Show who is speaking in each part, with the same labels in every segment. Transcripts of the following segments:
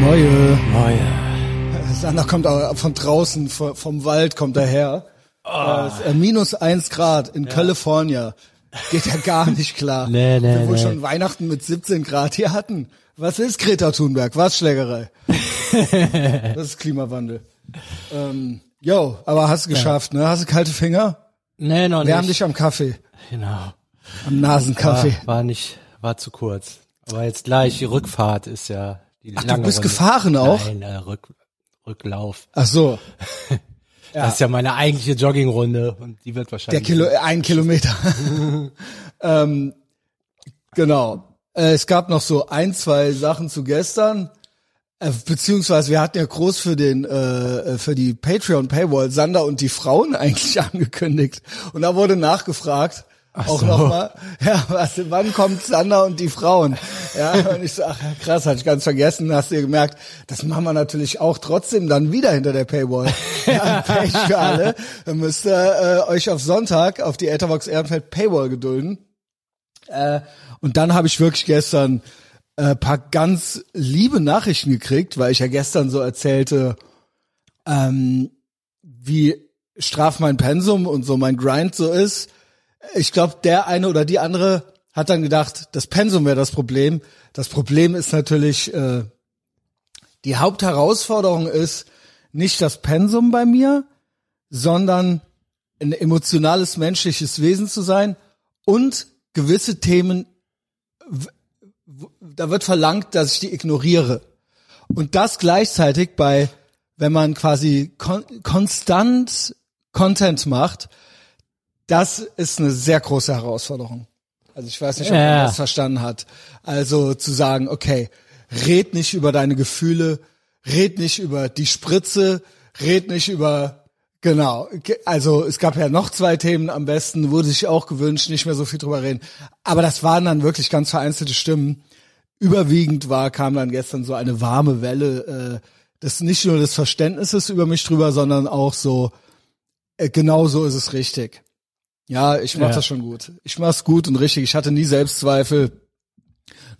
Speaker 1: Neue.
Speaker 2: Neue.
Speaker 1: Das andere kommt auch von draußen, vo- vom Wald kommt daher.
Speaker 2: Ah.
Speaker 1: Äh, äh, minus eins Grad in California. Geht ja gar nicht klar.
Speaker 2: Nee, nee,
Speaker 1: Wir wohl
Speaker 2: nee.
Speaker 1: schon Weihnachten mit 17 Grad hier hatten. Was ist Greta Thunberg? Was Schlägerei? das ist Klimawandel. Ähm, yo, aber hast du geschafft, ne? Hast du kalte Finger?
Speaker 2: Nee, noch
Speaker 1: Wir haben
Speaker 2: nicht.
Speaker 1: dich am Kaffee.
Speaker 2: Genau.
Speaker 1: Am Nasenkaffee.
Speaker 2: War, war nicht, war zu kurz. Aber jetzt gleich, die Rückfahrt ist ja die
Speaker 1: Ach, du
Speaker 2: lange
Speaker 1: bist
Speaker 2: Runde.
Speaker 1: gefahren auch?
Speaker 2: Nein, äh, Rück, Rücklauf.
Speaker 1: Ach so.
Speaker 2: Das ist ja meine eigentliche Joggingrunde und die wird
Speaker 1: Der
Speaker 2: wahrscheinlich.
Speaker 1: Kilo, ein Kilometer. ähm, genau. Äh, es gab noch so ein, zwei Sachen zu gestern. Äh, beziehungsweise wir hatten ja groß für den, äh, äh, für die Patreon Paywall Sander und die Frauen eigentlich angekündigt. Und da wurde nachgefragt. auch
Speaker 2: so.
Speaker 1: nochmal. Ja, was, wann kommt Sander und die Frauen? Ja, und ich so, ach ja, krass, hatte ich ganz vergessen, hast du ja gemerkt, das machen wir natürlich auch trotzdem dann wieder hinter der Paywall. Ja, Pech für alle. Dann müsst ihr äh, euch auf Sonntag auf die Etherbox Ehrenfeld Paywall gedulden. Und dann habe ich wirklich gestern äh, paar ganz liebe Nachrichten gekriegt, weil ich ja gestern so erzählte, ähm, wie straf mein Pensum und so mein Grind so ist. Ich glaube, der eine oder die andere hat dann gedacht, das Pensum wäre das Problem. Das Problem ist natürlich, äh, die Hauptherausforderung ist nicht das Pensum bei mir, sondern ein emotionales menschliches Wesen zu sein und gewisse Themen, w- w- da wird verlangt, dass ich die ignoriere. Und das gleichzeitig bei, wenn man quasi kon konstant Content macht, das ist eine sehr große Herausforderung. Also ich weiß nicht, ob
Speaker 2: Ja.
Speaker 1: man das verstanden hat. Also zu sagen, okay, red nicht über deine Gefühle, red nicht über die Spritze, red nicht über Genau. Ge- Also es gab ja noch zwei Themen am besten, wurde sich auch gewünscht, nicht mehr so viel drüber reden. Aber das waren dann wirklich ganz vereinzelte Stimmen. Überwiegend war, kam dann gestern so eine warme Welle, äh, das nicht nur des Verständnisses über mich drüber, sondern auch so, äh, genau so ist es richtig. Ja, ich mach
Speaker 2: Ja.
Speaker 1: das schon gut. Ich mach's gut und richtig. Ich hatte nie Selbstzweifel.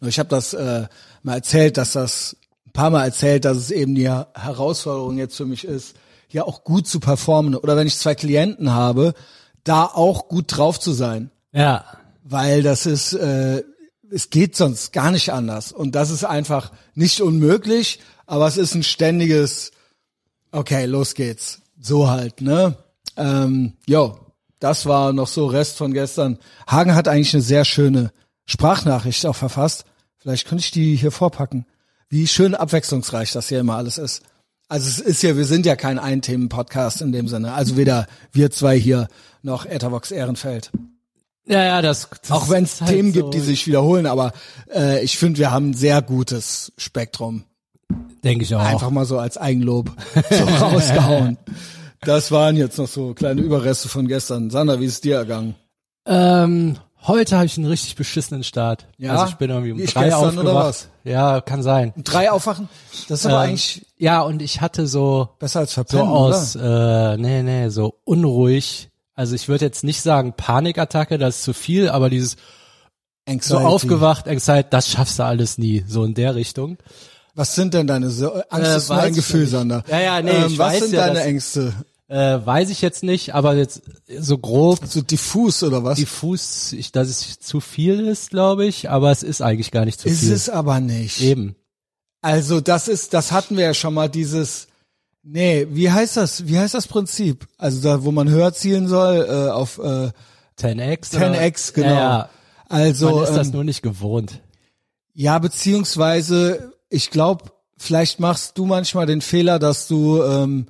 Speaker 1: Nur Ich habe das äh, mal erzählt, dass das ein paar Mal erzählt, dass es eben die Her- Herausforderung jetzt für mich ist, ja auch gut zu performen. Oder wenn ich zwei Klienten habe, da auch gut drauf zu sein.
Speaker 2: Ja.
Speaker 1: Weil das ist, äh, es geht sonst gar nicht anders. Und das ist einfach nicht unmöglich, aber es ist ein ständiges, okay, los geht's. So halt, ne? Ähm, jo, das war noch so Rest von gestern. Hagen hat eigentlich eine sehr schöne Sprachnachricht auch verfasst. Vielleicht könnte ich die hier vorpacken. Wie schön abwechslungsreich das hier immer alles ist. Also es ist ja, wir sind ja kein Einthemen-Podcast in dem Sinne. Also weder wir zwei hier noch Ethervox Ehrenfeld.
Speaker 2: Ja, ja, das. das
Speaker 1: Auch wenn es
Speaker 2: ist halt
Speaker 1: Themen
Speaker 2: so.
Speaker 1: gibt, die sich wiederholen, aber äh, ich finde, wir haben ein sehr gutes Spektrum.
Speaker 2: Denke ich auch.
Speaker 1: Einfach mal so als Eigenlob so rausgehauen. Das waren jetzt noch so kleine Überreste von gestern. Sander, wie ist es dir ergangen?
Speaker 2: Ähm, heute habe ich einen richtig beschissenen Start.
Speaker 1: Ja?
Speaker 2: Also ich bin irgendwie um
Speaker 1: Wie ich
Speaker 2: drei
Speaker 1: gestern
Speaker 2: aufgewacht.
Speaker 1: oder was?
Speaker 2: Ja, kann sein.
Speaker 1: Drei aufwachen? Das ist aber
Speaker 2: Ähm,
Speaker 1: eigentlich
Speaker 2: ja, und ich hatte so
Speaker 1: besser als
Speaker 2: so
Speaker 1: verpennen,
Speaker 2: aus,
Speaker 1: oder?
Speaker 2: äh, nee, nee, so unruhig. Also ich würde jetzt nicht sagen Panikattacke, das ist zu viel, aber dieses so
Speaker 1: Anxiety.
Speaker 2: aufgewacht, Anxiety, das schaffst du alles nie, so in der Richtung.
Speaker 1: Was sind denn deine so Angst
Speaker 2: Äh,
Speaker 1: ist nur
Speaker 2: weiß
Speaker 1: ein
Speaker 2: ich
Speaker 1: Gefühl,
Speaker 2: nicht.
Speaker 1: Sander. Ähm,
Speaker 2: Ja, ja, nee, ich
Speaker 1: was
Speaker 2: weiß
Speaker 1: sind
Speaker 2: ja,
Speaker 1: deine
Speaker 2: dass-
Speaker 1: Ängste?
Speaker 2: Äh, weiß ich jetzt nicht, aber jetzt so grob
Speaker 1: So diffus oder was?
Speaker 2: diffus, ich, dass es zu viel ist, glaube ich, aber es ist eigentlich gar nicht zu
Speaker 1: ist
Speaker 2: viel.
Speaker 1: es aber nicht.
Speaker 2: Eben.
Speaker 1: Also das ist, das hatten wir ja schon mal dieses, nee, wie heißt das, wie heißt das Prinzip? Also da, wo man höher zielen soll, äh, auf äh,
Speaker 2: 10x. oder-
Speaker 1: 10x, genau.
Speaker 2: Ja, ja.
Speaker 1: Also,
Speaker 2: Man ist das
Speaker 1: ähm,
Speaker 2: nur nicht gewohnt.
Speaker 1: ja, beziehungsweise, ich glaube, vielleicht machst du manchmal den Fehler, dass du ähm,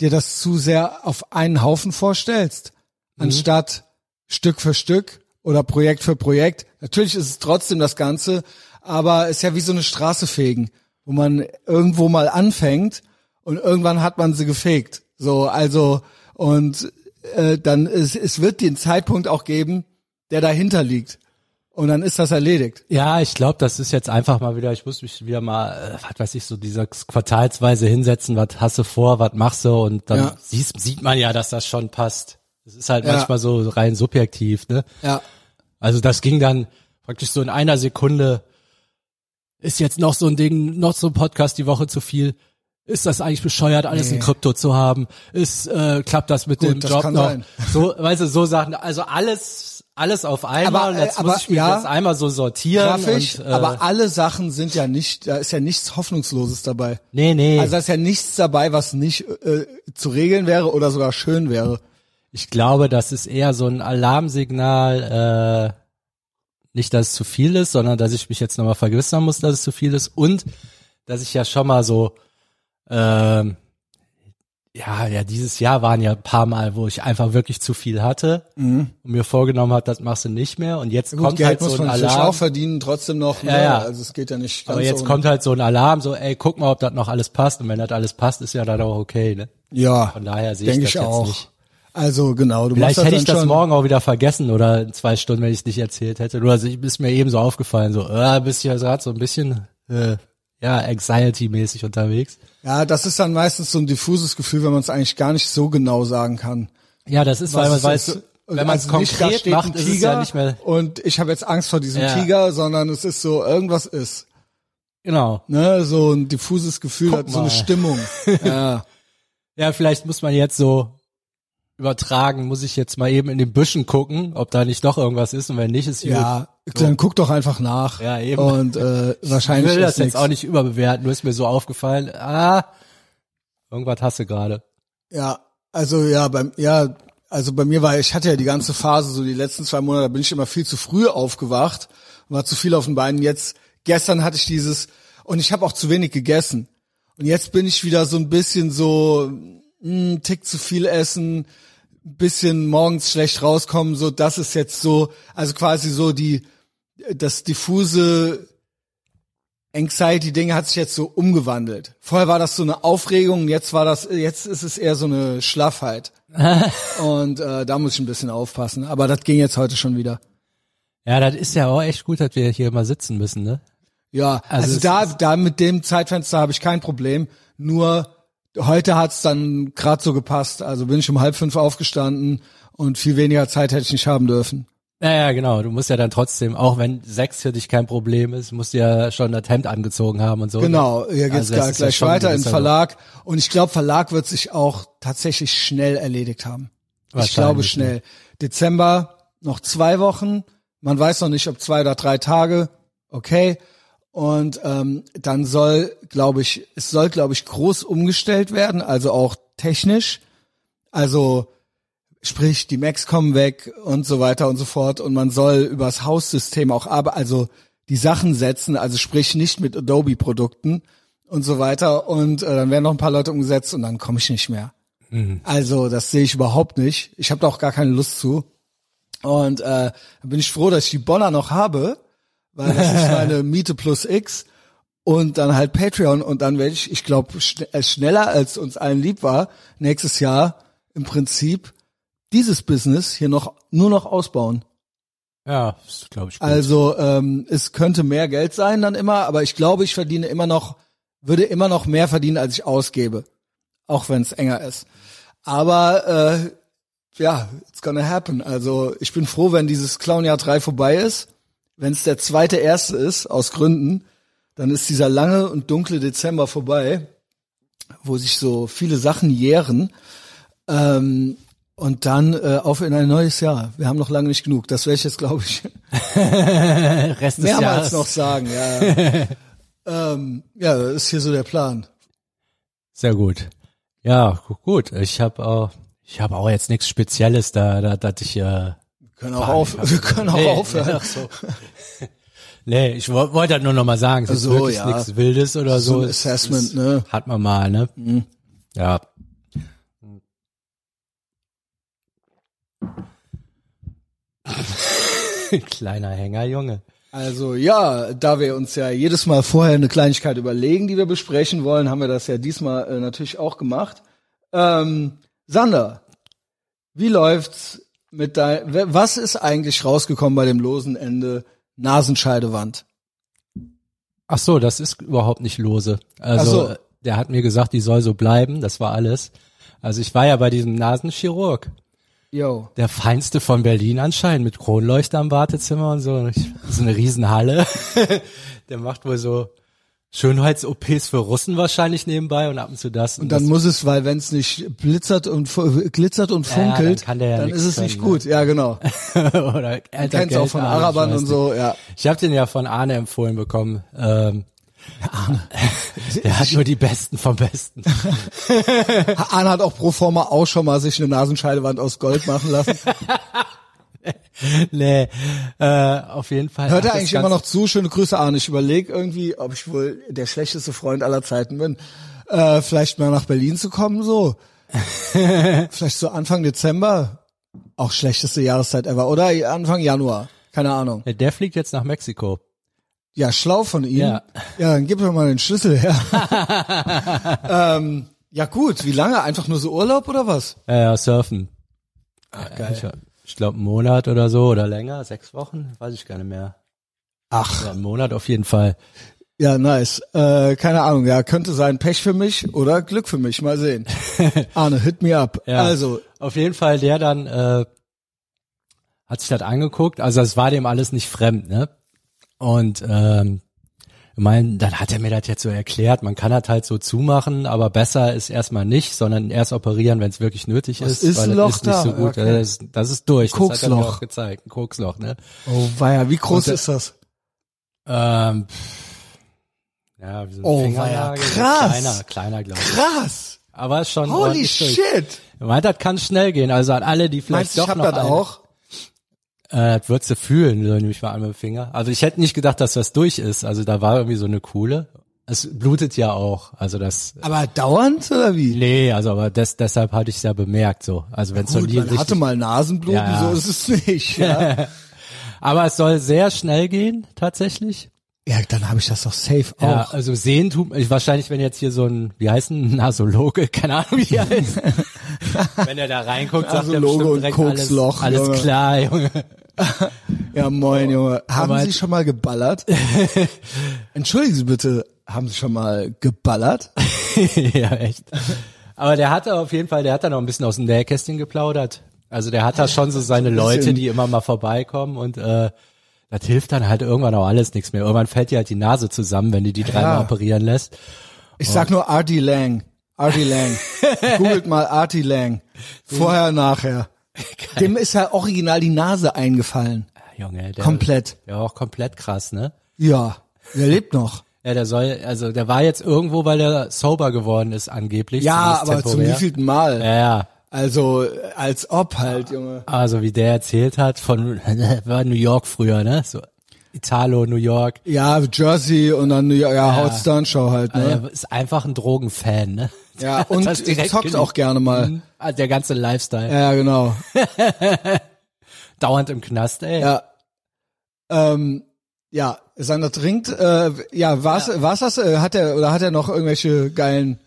Speaker 1: dir das zu sehr auf einen Haufen vorstellst, anstatt Stück für Stück oder Projekt für Projekt. Natürlich ist es trotzdem das Ganze, aber ist ja wie so eine Straße fegen, wo man irgendwo mal anfängt und irgendwann hat man sie gefegt. So, also, und äh, dann, es, es wird den Zeitpunkt auch geben, der dahinter liegt. Und dann ist das erledigt.
Speaker 2: Ja, ich glaube, das ist jetzt einfach mal wieder, ich muss mich wieder mal, äh, was weiß ich, so dieser quartalsweise hinsetzen, was hast du vor, was machst du und dann
Speaker 1: Ja.
Speaker 2: siehst, sieht man ja, dass das schon passt. Es ist halt
Speaker 1: Ja.
Speaker 2: manchmal so rein subjektiv, ne?
Speaker 1: Ja.
Speaker 2: Also das ging dann praktisch so in einer Sekunde ist jetzt noch so ein Ding, noch so ein Podcast die Woche zu viel. Ist das eigentlich bescheuert, alles
Speaker 1: Nee.
Speaker 2: in Krypto zu haben? Ist äh, klappt das mit
Speaker 1: Gut,
Speaker 2: dem
Speaker 1: das
Speaker 2: Job
Speaker 1: kann
Speaker 2: noch?
Speaker 1: sein.
Speaker 2: So, weißt du, so Sachen, also alles alles auf einmal.
Speaker 1: Aber,
Speaker 2: und
Speaker 1: äh,
Speaker 2: jetzt
Speaker 1: aber,
Speaker 2: muss ich mich
Speaker 1: ja,
Speaker 2: jetzt einmal so sortieren
Speaker 1: Grafisch,
Speaker 2: und, äh,
Speaker 1: aber alle Sachen sind ja nicht, da ist ja nichts Hoffnungsloses dabei.
Speaker 2: nee, nee.
Speaker 1: Also da ist ja nichts dabei, was nicht äh, zu regeln wäre oder sogar schön wäre.
Speaker 2: Ich glaube, das ist eher so ein Alarmsignal, äh, nicht, dass es zu viel ist, sondern dass ich mich jetzt nochmal vergewissern muss, dass es zu viel ist und dass ich ja schon mal so, ähm, ja, ja, dieses Jahr waren ja ein paar Mal, wo ich einfach wirklich zu viel hatte und mir vorgenommen hat, das machst du nicht mehr und jetzt
Speaker 1: Mhm. Gut,
Speaker 2: kommt
Speaker 1: Geld
Speaker 2: halt so
Speaker 1: muss
Speaker 2: ein
Speaker 1: man natürlich auch
Speaker 2: Alarm.
Speaker 1: verdienen, trotzdem noch.
Speaker 2: Ja,
Speaker 1: ne?
Speaker 2: ja.
Speaker 1: Also es geht ja nicht ganz
Speaker 2: Aber jetzt
Speaker 1: ohne.
Speaker 2: kommt halt so ein Alarm, so, ey, guck mal, ob das noch alles passt und wenn das alles passt, ist ja dann auch okay, ne?
Speaker 1: Ja,
Speaker 2: Von daher sehe ich
Speaker 1: denke
Speaker 2: das
Speaker 1: ich
Speaker 2: jetzt
Speaker 1: auch.
Speaker 2: nicht.
Speaker 1: Also genau, du
Speaker 2: Vielleicht
Speaker 1: machst
Speaker 2: hätte ich
Speaker 1: dann
Speaker 2: das
Speaker 1: schon.
Speaker 2: morgen auch wieder vergessen oder in zwei Stunden, wenn ich es nicht erzählt hätte. Nur also ich ist mir eben so aufgefallen, so äh, bist du ja gerade so ein bisschen äh, ja anxiety-mäßig unterwegs.
Speaker 1: Ja, das ist dann meistens so ein diffuses Gefühl, wenn man es eigentlich gar nicht so genau sagen kann.
Speaker 2: Ja, das ist, weil
Speaker 1: Was
Speaker 2: man
Speaker 1: es
Speaker 2: weiß,
Speaker 1: ist.
Speaker 2: wenn man es
Speaker 1: Also nicht, da
Speaker 2: konkret
Speaker 1: steht ein
Speaker 2: macht, ist es ja nicht mehr.
Speaker 1: Und ich habe jetzt Angst vor diesem
Speaker 2: Ja.
Speaker 1: Tiger, sondern es ist so, irgendwas ist.
Speaker 2: Genau.
Speaker 1: Ne? So ein diffuses Gefühl,
Speaker 2: Guck
Speaker 1: hat so eine
Speaker 2: mal.
Speaker 1: Stimmung. ja.
Speaker 2: Ja, vielleicht muss man jetzt so übertragen, muss ich jetzt mal eben in den Büschen gucken, ob da nicht doch irgendwas ist und wenn nicht, ist gut.
Speaker 1: ja, dann guck doch einfach nach.
Speaker 2: Ja, eben.
Speaker 1: Und äh,
Speaker 2: Ich
Speaker 1: wahrscheinlich
Speaker 2: will das
Speaker 1: ist
Speaker 2: jetzt
Speaker 1: nichts.
Speaker 2: auch nicht überbewerten, nur ist mir so aufgefallen, ah, irgendwas hast du gerade.
Speaker 1: Ja, also ja, beim ja, also bei mir war ich hatte ja die ganze Phase so die letzten zwei Monate da bin ich immer viel zu früh aufgewacht, war zu viel auf den Beinen. Jetzt gestern hatte ich dieses und ich habe auch zu wenig gegessen und jetzt bin ich wieder so ein bisschen so mh, tick zu viel essen, bisschen morgens schlecht rauskommen. So das ist jetzt so also quasi so die das diffuse Anxiety-Ding hat sich jetzt so umgewandelt. Vorher war das so eine Aufregung, jetzt war das, jetzt ist es eher so eine Schlaffheit. Und äh, da muss ich ein bisschen aufpassen. Aber das ging jetzt heute schon wieder.
Speaker 2: Ja, das ist ja auch echt gut, dass wir hier immer sitzen müssen, ne?
Speaker 1: Ja,
Speaker 2: Also
Speaker 1: also,
Speaker 2: es
Speaker 1: da, da mit dem Zeitfenster habe ich kein Problem. Nur heute hat's dann gerade so gepasst. Also bin ich um halb fünf aufgestanden und viel weniger Zeit hätte ich nicht haben dürfen.
Speaker 2: Ja, ja, genau. Du musst ja dann trotzdem, auch wenn Sex für dich kein Problem ist, musst du ja schon das Hemd angezogen haben und so.
Speaker 1: Genau, hier geht's
Speaker 2: Also das
Speaker 1: gleich-
Speaker 2: ist ja
Speaker 1: gleich
Speaker 2: schon ein
Speaker 1: weiter im
Speaker 2: gewisser-
Speaker 1: Verlag. Und ich glaube, Verlag wird sich auch tatsächlich schnell erledigt haben. Ich
Speaker 2: Wahrscheinlich,
Speaker 1: glaube
Speaker 2: ne?
Speaker 1: schnell. Dezember noch zwei Wochen. Man weiß noch nicht, ob zwei oder drei Tage. Okay. Und ähm, dann soll, glaube ich, es soll, glaube ich, groß umgestellt werden, also auch technisch. Also sprich, die Macs kommen weg und so weiter und so fort. Und man soll übers Haussystem auch aber also die Sachen setzen, also sprich nicht mit Adobe-Produkten und so weiter. Und äh, dann werden noch ein paar Leute umgesetzt und dann komme ich nicht mehr. Also das sehe ich überhaupt nicht. Ich habe da auch gar keine Lust zu. Und äh, da bin ich froh, dass ich die Bonner noch habe, weil das ist meine Miete plus X und dann halt Patreon und dann werde ich, ich glaube, schn äh, schneller als uns allen lieb war, nächstes Jahr im Prinzip dieses Business hier noch nur noch ausbauen.
Speaker 2: Ja, ist, glaube ich, gut.
Speaker 1: Also ähm, es könnte mehr Geld sein dann immer, aber ich glaube, ich verdiene immer noch, würde immer noch mehr verdienen, als ich ausgebe, auch wenn es enger ist. Aber äh, ja, it's gonna happen. Also ich bin froh, wenn dieses Clownjahr 3 vorbei ist. Wenn es der zweite erste ist, aus Gründen, dann ist dieser lange und dunkle Dezember vorbei, wo sich so viele Sachen jähren. Ähm, und dann äh, auf in ein neues Jahr. Wir haben noch lange nicht genug. Das wäre ich jetzt, glaube ich,
Speaker 2: Der Rest des
Speaker 1: mehrmals
Speaker 2: Jahres.
Speaker 1: noch sagen, ja. ja. ähm, ja, das ist hier so der Plan.
Speaker 2: Sehr gut. Ja, gu- gut. Ich habe auch, ich habe auch jetzt nichts Spezielles da, da, dass ich, äh,
Speaker 1: Wir können auch, auf, wir können auch
Speaker 2: nee,
Speaker 1: aufhören.
Speaker 2: ach so. nee, ich wo- wollte das nur nochmal sagen. Es
Speaker 1: So,
Speaker 2: ist wirklich
Speaker 1: ja.
Speaker 2: nichts Wildes oder
Speaker 1: So
Speaker 2: so.
Speaker 1: ein
Speaker 2: Also Es-
Speaker 1: Assessment,
Speaker 2: es
Speaker 1: ne?
Speaker 2: Hat man mal, ne?
Speaker 1: Mhm.
Speaker 2: Ja. Kleiner Hänger, Junge.
Speaker 1: Also ja, da wir uns ja jedes Mal vorher eine Kleinigkeit überlegen, die wir besprechen wollen, haben wir das ja diesmal äh, natürlich auch gemacht. Ähm, Sander, wie läuft's mit dein, we- was ist eigentlich rausgekommen bei dem losen Ende Nasenscheidewand?
Speaker 2: Ach so, das ist überhaupt nicht lose. Also
Speaker 1: Ach so.
Speaker 2: der hat mir gesagt, die soll so bleiben, das war alles. Also ich war ja bei diesem Nasenchirurg.
Speaker 1: Yo.
Speaker 2: Der feinste von Berlin anscheinend mit Kronleuchter am Wartezimmer und so. Und ich- So eine Riesenhalle. Der macht wohl so Schönheits-OPs für Russen wahrscheinlich nebenbei und ab und zu das.
Speaker 1: Und dann muss es, weil wenn es nicht blitzert und fu- glitzert und
Speaker 2: ja, dann
Speaker 1: funkelt,
Speaker 2: kann der ja
Speaker 1: dann
Speaker 2: nix
Speaker 1: ist es nicht
Speaker 2: können, ne?
Speaker 1: gut. Ja, genau.
Speaker 2: das, oder alter
Speaker 1: Kennst auch von
Speaker 2: Geldhahn, ich
Speaker 1: Arabern
Speaker 2: weiß
Speaker 1: und
Speaker 2: nicht.
Speaker 1: so, ja.
Speaker 2: Ich habe den ja von Arne empfohlen bekommen. Ähm, Arne. Der hat nur die Besten vom Besten.
Speaker 1: Arne hat auch pro forma auch schon mal sich eine Nasenscheidewand aus Gold machen lassen.
Speaker 2: nee, äh, auf jeden Fall.
Speaker 1: Hört er
Speaker 2: hat das
Speaker 1: eigentlich immer
Speaker 2: Ganze-
Speaker 1: noch zu? Schöne Grüße, Arne. Ich überlege irgendwie, ob ich wohl der schlechteste Freund aller Zeiten bin. Äh, vielleicht mal nach Berlin zu kommen, so. vielleicht so Anfang Dezember. Auch schlechteste Jahreszeit ever. Oder Anfang Januar. Keine Ahnung.
Speaker 2: Äh, Der fliegt jetzt nach Mexiko.
Speaker 1: Ja, schlau von ihm. Ja,
Speaker 2: Ja.
Speaker 1: dann gib mir mal den Schlüssel her. ähm, ja gut, wie lange? Einfach nur so Urlaub oder was?
Speaker 2: Äh, surfen. Ich, ich glaube, einen Monat oder so oder länger, sechs Wochen, weiß ich gar nicht mehr.
Speaker 1: Ach,
Speaker 2: Ja, einen Monat auf jeden Fall.
Speaker 1: ja, nice. Äh, keine Ahnung, ja, könnte sein Pech für mich oder Glück für mich. Mal sehen. Arne, hit me up.
Speaker 2: Ja.
Speaker 1: Also,
Speaker 2: Auf jeden Fall, der dann äh, hat sich das angeguckt. Also es war dem alles nicht fremd, ne? Und ähm, ich mein, dann hat er mir das jetzt so erklärt, man kann das halt so zumachen, aber besser ist erstmal nicht, sondern erst operieren, wenn es wirklich nötig
Speaker 1: Was
Speaker 2: ist.
Speaker 1: ist
Speaker 2: weil
Speaker 1: ein
Speaker 2: das
Speaker 1: Loch
Speaker 2: ist nicht
Speaker 1: da?
Speaker 2: so gut.
Speaker 1: Okay.
Speaker 2: Das, ist- das ist durch. Das hat er mir
Speaker 1: Koksloch.
Speaker 2: auch gezeigt. Ein Koksloch, ne?
Speaker 1: oh weia, wie groß
Speaker 2: Und, äh,
Speaker 1: ist das?
Speaker 2: Ähm, pff, ja, wie so ein
Speaker 1: Oh,
Speaker 2: Fingernagel,
Speaker 1: weia,
Speaker 2: so
Speaker 1: krass.
Speaker 2: Kleiner, kleiner, glaube ich.
Speaker 1: Krass!
Speaker 2: Aber ist schon
Speaker 1: Holy
Speaker 2: ordentlich durch.
Speaker 1: shit!
Speaker 2: Er meint, das kann schnell gehen. Also an alle, die vielleicht
Speaker 1: Meinst du, ich
Speaker 2: doch
Speaker 1: hab
Speaker 2: noch
Speaker 1: das
Speaker 2: einen-
Speaker 1: auch?
Speaker 2: Äh, das würdest du fühlen, so nehme ich mal an mit dem Finger. Also ich hätte nicht gedacht, dass das durch ist. Also da war irgendwie so eine coole. Es blutet ja auch. Also das.
Speaker 1: Aber dauernd oder wie?
Speaker 2: Nee, also aber des, deshalb hatte ich es ja bemerkt so. Also wenn es so
Speaker 1: Gut,
Speaker 2: nie
Speaker 1: man
Speaker 2: richtig.
Speaker 1: hatte mal Nasenbluten,
Speaker 2: Ja.
Speaker 1: so ist es nicht. Ja,
Speaker 2: Aber es soll sehr schnell gehen, tatsächlich.
Speaker 1: ja dann habe ich das doch safe
Speaker 2: Ja,
Speaker 1: auch.
Speaker 2: also sehen tut ich wahrscheinlich, wenn jetzt hier so ein, wie heißt ein Nasologe, keine Ahnung, wie er heißt. wenn er da reinguckt, sagt er
Speaker 1: Nasologe
Speaker 2: bestimmt
Speaker 1: und
Speaker 2: direkt
Speaker 1: Koksloch,
Speaker 2: alles,
Speaker 1: Junge.
Speaker 2: alles klar, Junge.
Speaker 1: Ja, moin, Junge. Haben
Speaker 2: Aber- halt
Speaker 1: Sie schon mal geballert? Entschuldigen Sie bitte, haben Sie schon mal geballert?
Speaker 2: ja, echt. Aber der hatte auf jeden Fall, der hat da noch ein bisschen aus dem Nähkästchen geplaudert. Also der hat da schon so seine Leute, die immer mal vorbeikommen und äh, das hilft dann halt irgendwann auch alles nichts mehr. Irgendwann fällt dir halt die Nase zusammen, wenn du die dreimal operieren lässt.
Speaker 1: Ich
Speaker 2: Oh.
Speaker 1: sag nur Artie Lang. Artie Lang. Googelt mal Artie Lang. Vorher, nachher. Dem ist ja original die Nase eingefallen.
Speaker 2: Junge, der,
Speaker 1: Komplett.
Speaker 2: der war auch komplett krass, ne?
Speaker 1: Ja, er lebt noch.
Speaker 2: Ja, der soll, also der war jetzt irgendwo, weil der sober geworden ist angeblich.
Speaker 1: Ja,
Speaker 2: zumindest
Speaker 1: aber zum
Speaker 2: temporär.
Speaker 1: wievielten Mal?
Speaker 2: Ja, ja.
Speaker 1: Also, äh, als ob halt, Junge.
Speaker 2: Also wie der erzählt hat von war New York früher, ne? So Italo, New York.
Speaker 1: Ja, Jersey und dann, ja, ja. Howard Stern Show halt, ne?
Speaker 2: Also, Er ist einfach ein Drogenfan, ne?
Speaker 1: Ja,
Speaker 2: Hat
Speaker 1: und
Speaker 2: das direkt
Speaker 1: zockt
Speaker 2: geliebt.
Speaker 1: auch gerne mal.
Speaker 2: Mhm. Ah, Der ganze Lifestyle.
Speaker 1: Ja, genau.
Speaker 2: Dauernd im Knast, ey.
Speaker 1: Ja. Ähm, ja, Sander trinkt. Äh, ja, war's, war's das? Äh, hat er oder hat er noch irgendwelche geilen?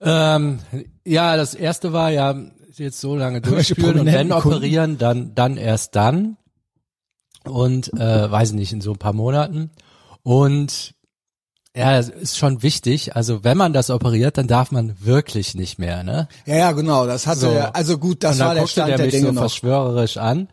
Speaker 2: Ähm, ja, das erste war ja jetzt so lange durchspülen und
Speaker 1: prominenten
Speaker 2: wenn
Speaker 1: Kunden?
Speaker 2: operieren, dann, dann erst dann. Und äh, weiß nicht, in so ein paar Monaten. Und ja, es ist schon wichtig. Also wenn man das operiert, dann darf man wirklich nicht mehr, ne?
Speaker 1: Ja, ja, genau. Das hatte.
Speaker 2: So.
Speaker 1: er. Also gut, das
Speaker 2: Und dann
Speaker 1: war der
Speaker 2: guckte
Speaker 1: Stand
Speaker 2: der
Speaker 1: der
Speaker 2: mich
Speaker 1: Dinge
Speaker 2: so
Speaker 1: noch.
Speaker 2: verschwörerisch an.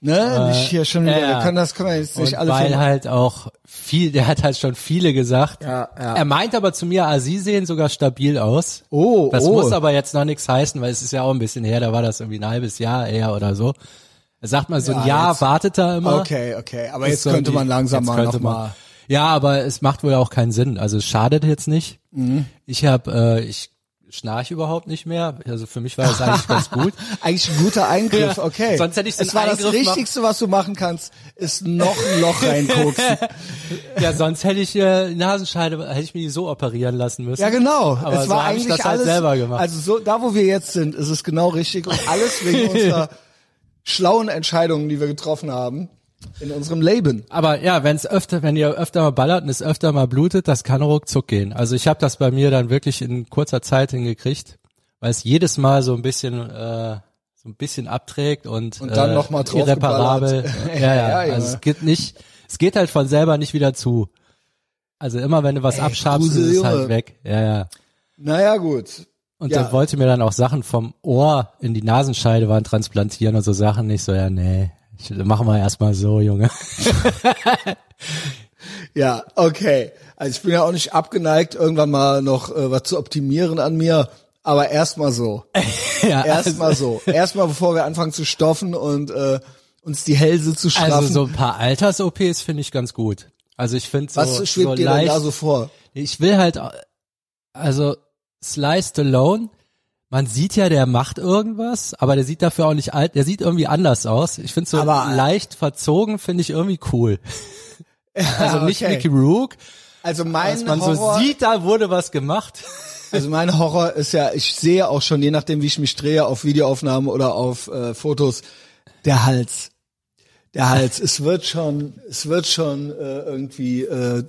Speaker 1: Ne, nicht hier schon wieder.
Speaker 2: ja, ja.
Speaker 1: Wir können das können wir jetzt nicht
Speaker 2: und
Speaker 1: alle.
Speaker 2: weil
Speaker 1: filmen.
Speaker 2: halt auch viel, der hat halt schon viele gesagt.
Speaker 1: Ja, ja.
Speaker 2: Er meint aber zu mir, ah, sie sehen sogar stabil aus.
Speaker 1: Oh,
Speaker 2: Das
Speaker 1: oh.
Speaker 2: muss aber jetzt noch nichts heißen, weil es ist ja auch ein bisschen her, da war das irgendwie ein halbes Jahr eher oder so. Er sagt mal so
Speaker 1: Ja,
Speaker 2: ein Jahr,
Speaker 1: jetzt-
Speaker 2: wartet er immer.
Speaker 1: okay, okay. Aber
Speaker 2: Ist
Speaker 1: jetzt
Speaker 2: so
Speaker 1: könnte
Speaker 2: die-
Speaker 1: man langsam
Speaker 2: jetzt
Speaker 1: mal
Speaker 2: könnte
Speaker 1: noch
Speaker 2: man-
Speaker 1: mal.
Speaker 2: Ja, aber es macht wohl auch keinen Sinn. Also es schadet jetzt nicht.
Speaker 1: Mhm.
Speaker 2: Ich habe, äh, ich schnarch überhaupt nicht mehr. Also für mich war das eigentlich ganz gut.
Speaker 1: Eigentlich ein guter Eingriff,
Speaker 2: Ja,
Speaker 1: okay.
Speaker 2: sonst hätte ich so
Speaker 1: Es
Speaker 2: einen
Speaker 1: war das
Speaker 2: Eingriff machen-
Speaker 1: Richtigste, was du machen kannst, ist noch ein Loch reinkoksen.
Speaker 2: Ja, sonst hätte ich äh, Nasenscheide, hätte ich mir die so operieren lassen müssen.
Speaker 1: Ja, genau.
Speaker 2: Aber
Speaker 1: es
Speaker 2: so
Speaker 1: war
Speaker 2: hab ich
Speaker 1: eigentlich
Speaker 2: das halt
Speaker 1: alles,
Speaker 2: selber gemacht.
Speaker 1: Also so, da wo wir jetzt sind, ist es genau richtig und alles wegen unserer schlauen Entscheidungen, die wir getroffen haben in unserem Leben.
Speaker 2: Aber ja, wenn es öfter, wenn ihr öfter mal ballert und es öfter mal blutet, das kann ruckzuck gehen. Also ich habe das bei mir dann wirklich in kurzer Zeit hingekriegt, weil es jedes Mal so ein bisschen äh, so ein bisschen abträgt und,
Speaker 1: Und dann
Speaker 2: äh,
Speaker 1: noch mal drauf
Speaker 2: irreparabel.
Speaker 1: geballert.
Speaker 2: ja, ja.
Speaker 1: Ja, Junge.
Speaker 2: also es geht nicht, es geht halt von selber nicht wieder zu. Also immer wenn du was abschabst, ist
Speaker 1: Grusel,
Speaker 2: es halt
Speaker 1: Junge.
Speaker 2: weg. Ja, ja.
Speaker 1: Naja, gut.
Speaker 2: Und
Speaker 1: Ja.
Speaker 2: der wollte mir dann auch Sachen vom Ohr in die Nasenscheide waren transplantieren und so Sachen. Nicht so, ja, nee, ich, machen wir erstmal so, Junge.
Speaker 1: Ja, okay. Also ich bin ja auch nicht abgeneigt, irgendwann mal noch äh, was zu optimieren an mir, aber erstmal so.
Speaker 2: ja,
Speaker 1: Erstmal
Speaker 2: Also
Speaker 1: so. Erstmal bevor wir anfangen zu stoffen und äh, uns die Hälse zu straffen.
Speaker 2: also so ein paar Alters-OPs finde ich ganz gut. Also ich finde so,
Speaker 1: was schwebt
Speaker 2: so
Speaker 1: dir denn
Speaker 2: leicht,
Speaker 1: da so vor?
Speaker 2: Ich will halt, also Sliced Alone, man sieht ja, der macht irgendwas, aber der sieht dafür auch nicht alt, der sieht irgendwie anders aus. Ich finde so
Speaker 1: Aber- äh,
Speaker 2: leicht verzogen, finde ich irgendwie cool. Also nicht
Speaker 1: okay.
Speaker 2: Mickey Rook,
Speaker 1: Also
Speaker 2: dass
Speaker 1: mein
Speaker 2: man
Speaker 1: Horror,
Speaker 2: so sieht, da wurde was gemacht.
Speaker 1: also mein Horror ist ja, ich sehe auch schon, je nachdem wie ich mich drehe, auf Videoaufnahmen oder auf äh, Fotos, der Hals. Der Hals. es wird schon, es wird schon äh, irgendwie, äh,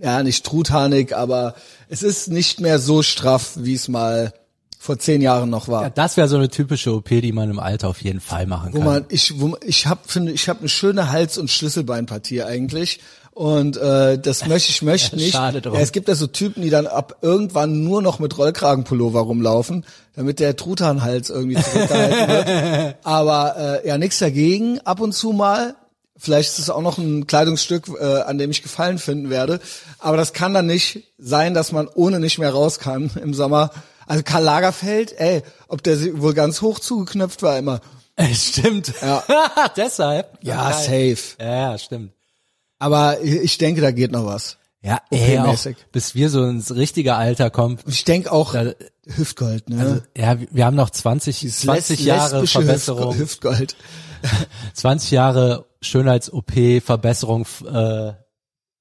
Speaker 1: ja nicht truthahnig, aber es ist nicht mehr so straff, wie es mal vor zehn Jahren noch war.
Speaker 2: Ja, das wäre so eine typische OP, die man im Alter auf jeden Fall machen
Speaker 1: Wo
Speaker 2: kann.
Speaker 1: man, ich, wo, man- ich habe finde ich habe eine schöne Hals- und Schlüsselbeinpartie eigentlich und äh, das möchte ich möchte
Speaker 2: Ja,
Speaker 1: nicht.
Speaker 2: schade drum.
Speaker 1: Ja, es gibt ja so Typen, die dann ab irgendwann nur noch mit Rollkragenpullover rumlaufen, damit der Truthahnhals irgendwie zurückgehalten wird. Aber äh, ja, nichts dagegen. Ab und zu mal. Vielleicht ist es auch noch ein Kleidungsstück, äh, an dem ich Gefallen finden werde. Aber das kann dann nicht sein, dass man ohne nicht mehr raus kann im Sommer. Also Karl Lagerfeld, ey, ob der sie- wohl ganz hoch zugeknöpft war immer.
Speaker 2: stimmt.
Speaker 1: Ja.
Speaker 2: Deshalb.
Speaker 1: Ja,
Speaker 2: Geil.
Speaker 1: safe.
Speaker 2: Ja, ja, stimmt.
Speaker 1: Aber ich denke, da geht noch was.
Speaker 2: Ja, ey, auch,
Speaker 1: OP-mäßig.
Speaker 2: bis wir so ins richtige Alter kommen.
Speaker 1: Und ich denke auch,
Speaker 2: Da-
Speaker 1: Hüftgold, ne?
Speaker 2: Also, ja, wir haben noch 20,
Speaker 1: Dieses
Speaker 2: 20
Speaker 1: les-
Speaker 2: Jahre
Speaker 1: lesbische
Speaker 2: Verbesserung,
Speaker 1: Hüftgo- Hüftgold.
Speaker 2: 20 Jahre Schönheits-OP, Verbesserung, f- äh,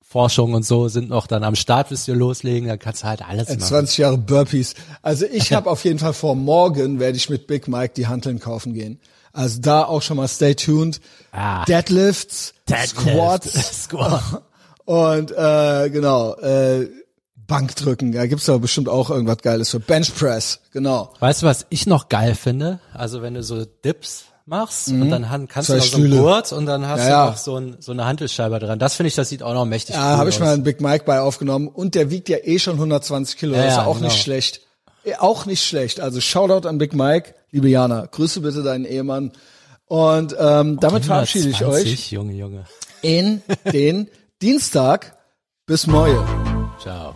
Speaker 2: Forschung und so sind noch dann am Start, bis wir loslegen, dann kannst du halt alles machen.
Speaker 1: 20 Jahre Burpees. Also ich habe auf jeden Fall vor, morgen werde ich mit Big Mike die Hanteln kaufen gehen. Also da auch schon mal stay tuned.
Speaker 2: Ah.
Speaker 1: Deadlifts, Squats
Speaker 2: Deadlift, Squat.
Speaker 1: und äh, genau, äh, Bankdrücken. Da gibt's aber bestimmt auch irgendwas Geiles für. Bench Press, genau.
Speaker 2: Weißt du, was ich noch geil finde? Also wenn du so Dips machst und dann han- kannst
Speaker 1: Mhm. Zwei
Speaker 2: du noch so einen
Speaker 1: Stühle.
Speaker 2: Gurt und dann hast
Speaker 1: Ja, ja.
Speaker 2: du noch so, ein, so eine Hantelscheibe dran. Das finde ich, das sieht auch noch mächtig
Speaker 1: Da
Speaker 2: cool
Speaker 1: habe Ah, ich
Speaker 2: aus.
Speaker 1: mal einen Big Mike bei aufgenommen und der wiegt ja eh schon 120 Kilo.
Speaker 2: Ja,
Speaker 1: das ist ja
Speaker 2: ja,
Speaker 1: auch nicht
Speaker 2: genau.
Speaker 1: schlecht. Eh, Auch nicht schlecht. Also Shoutout an Big Mike, liebe Jana. Grüße bitte deinen Ehemann. Und ähm, damit verabschiede ich euch
Speaker 2: 120, Junge, Junge.
Speaker 1: in den Dienstag. Bis morgen.
Speaker 2: Ciao.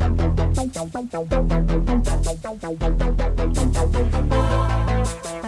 Speaker 3: Thank you.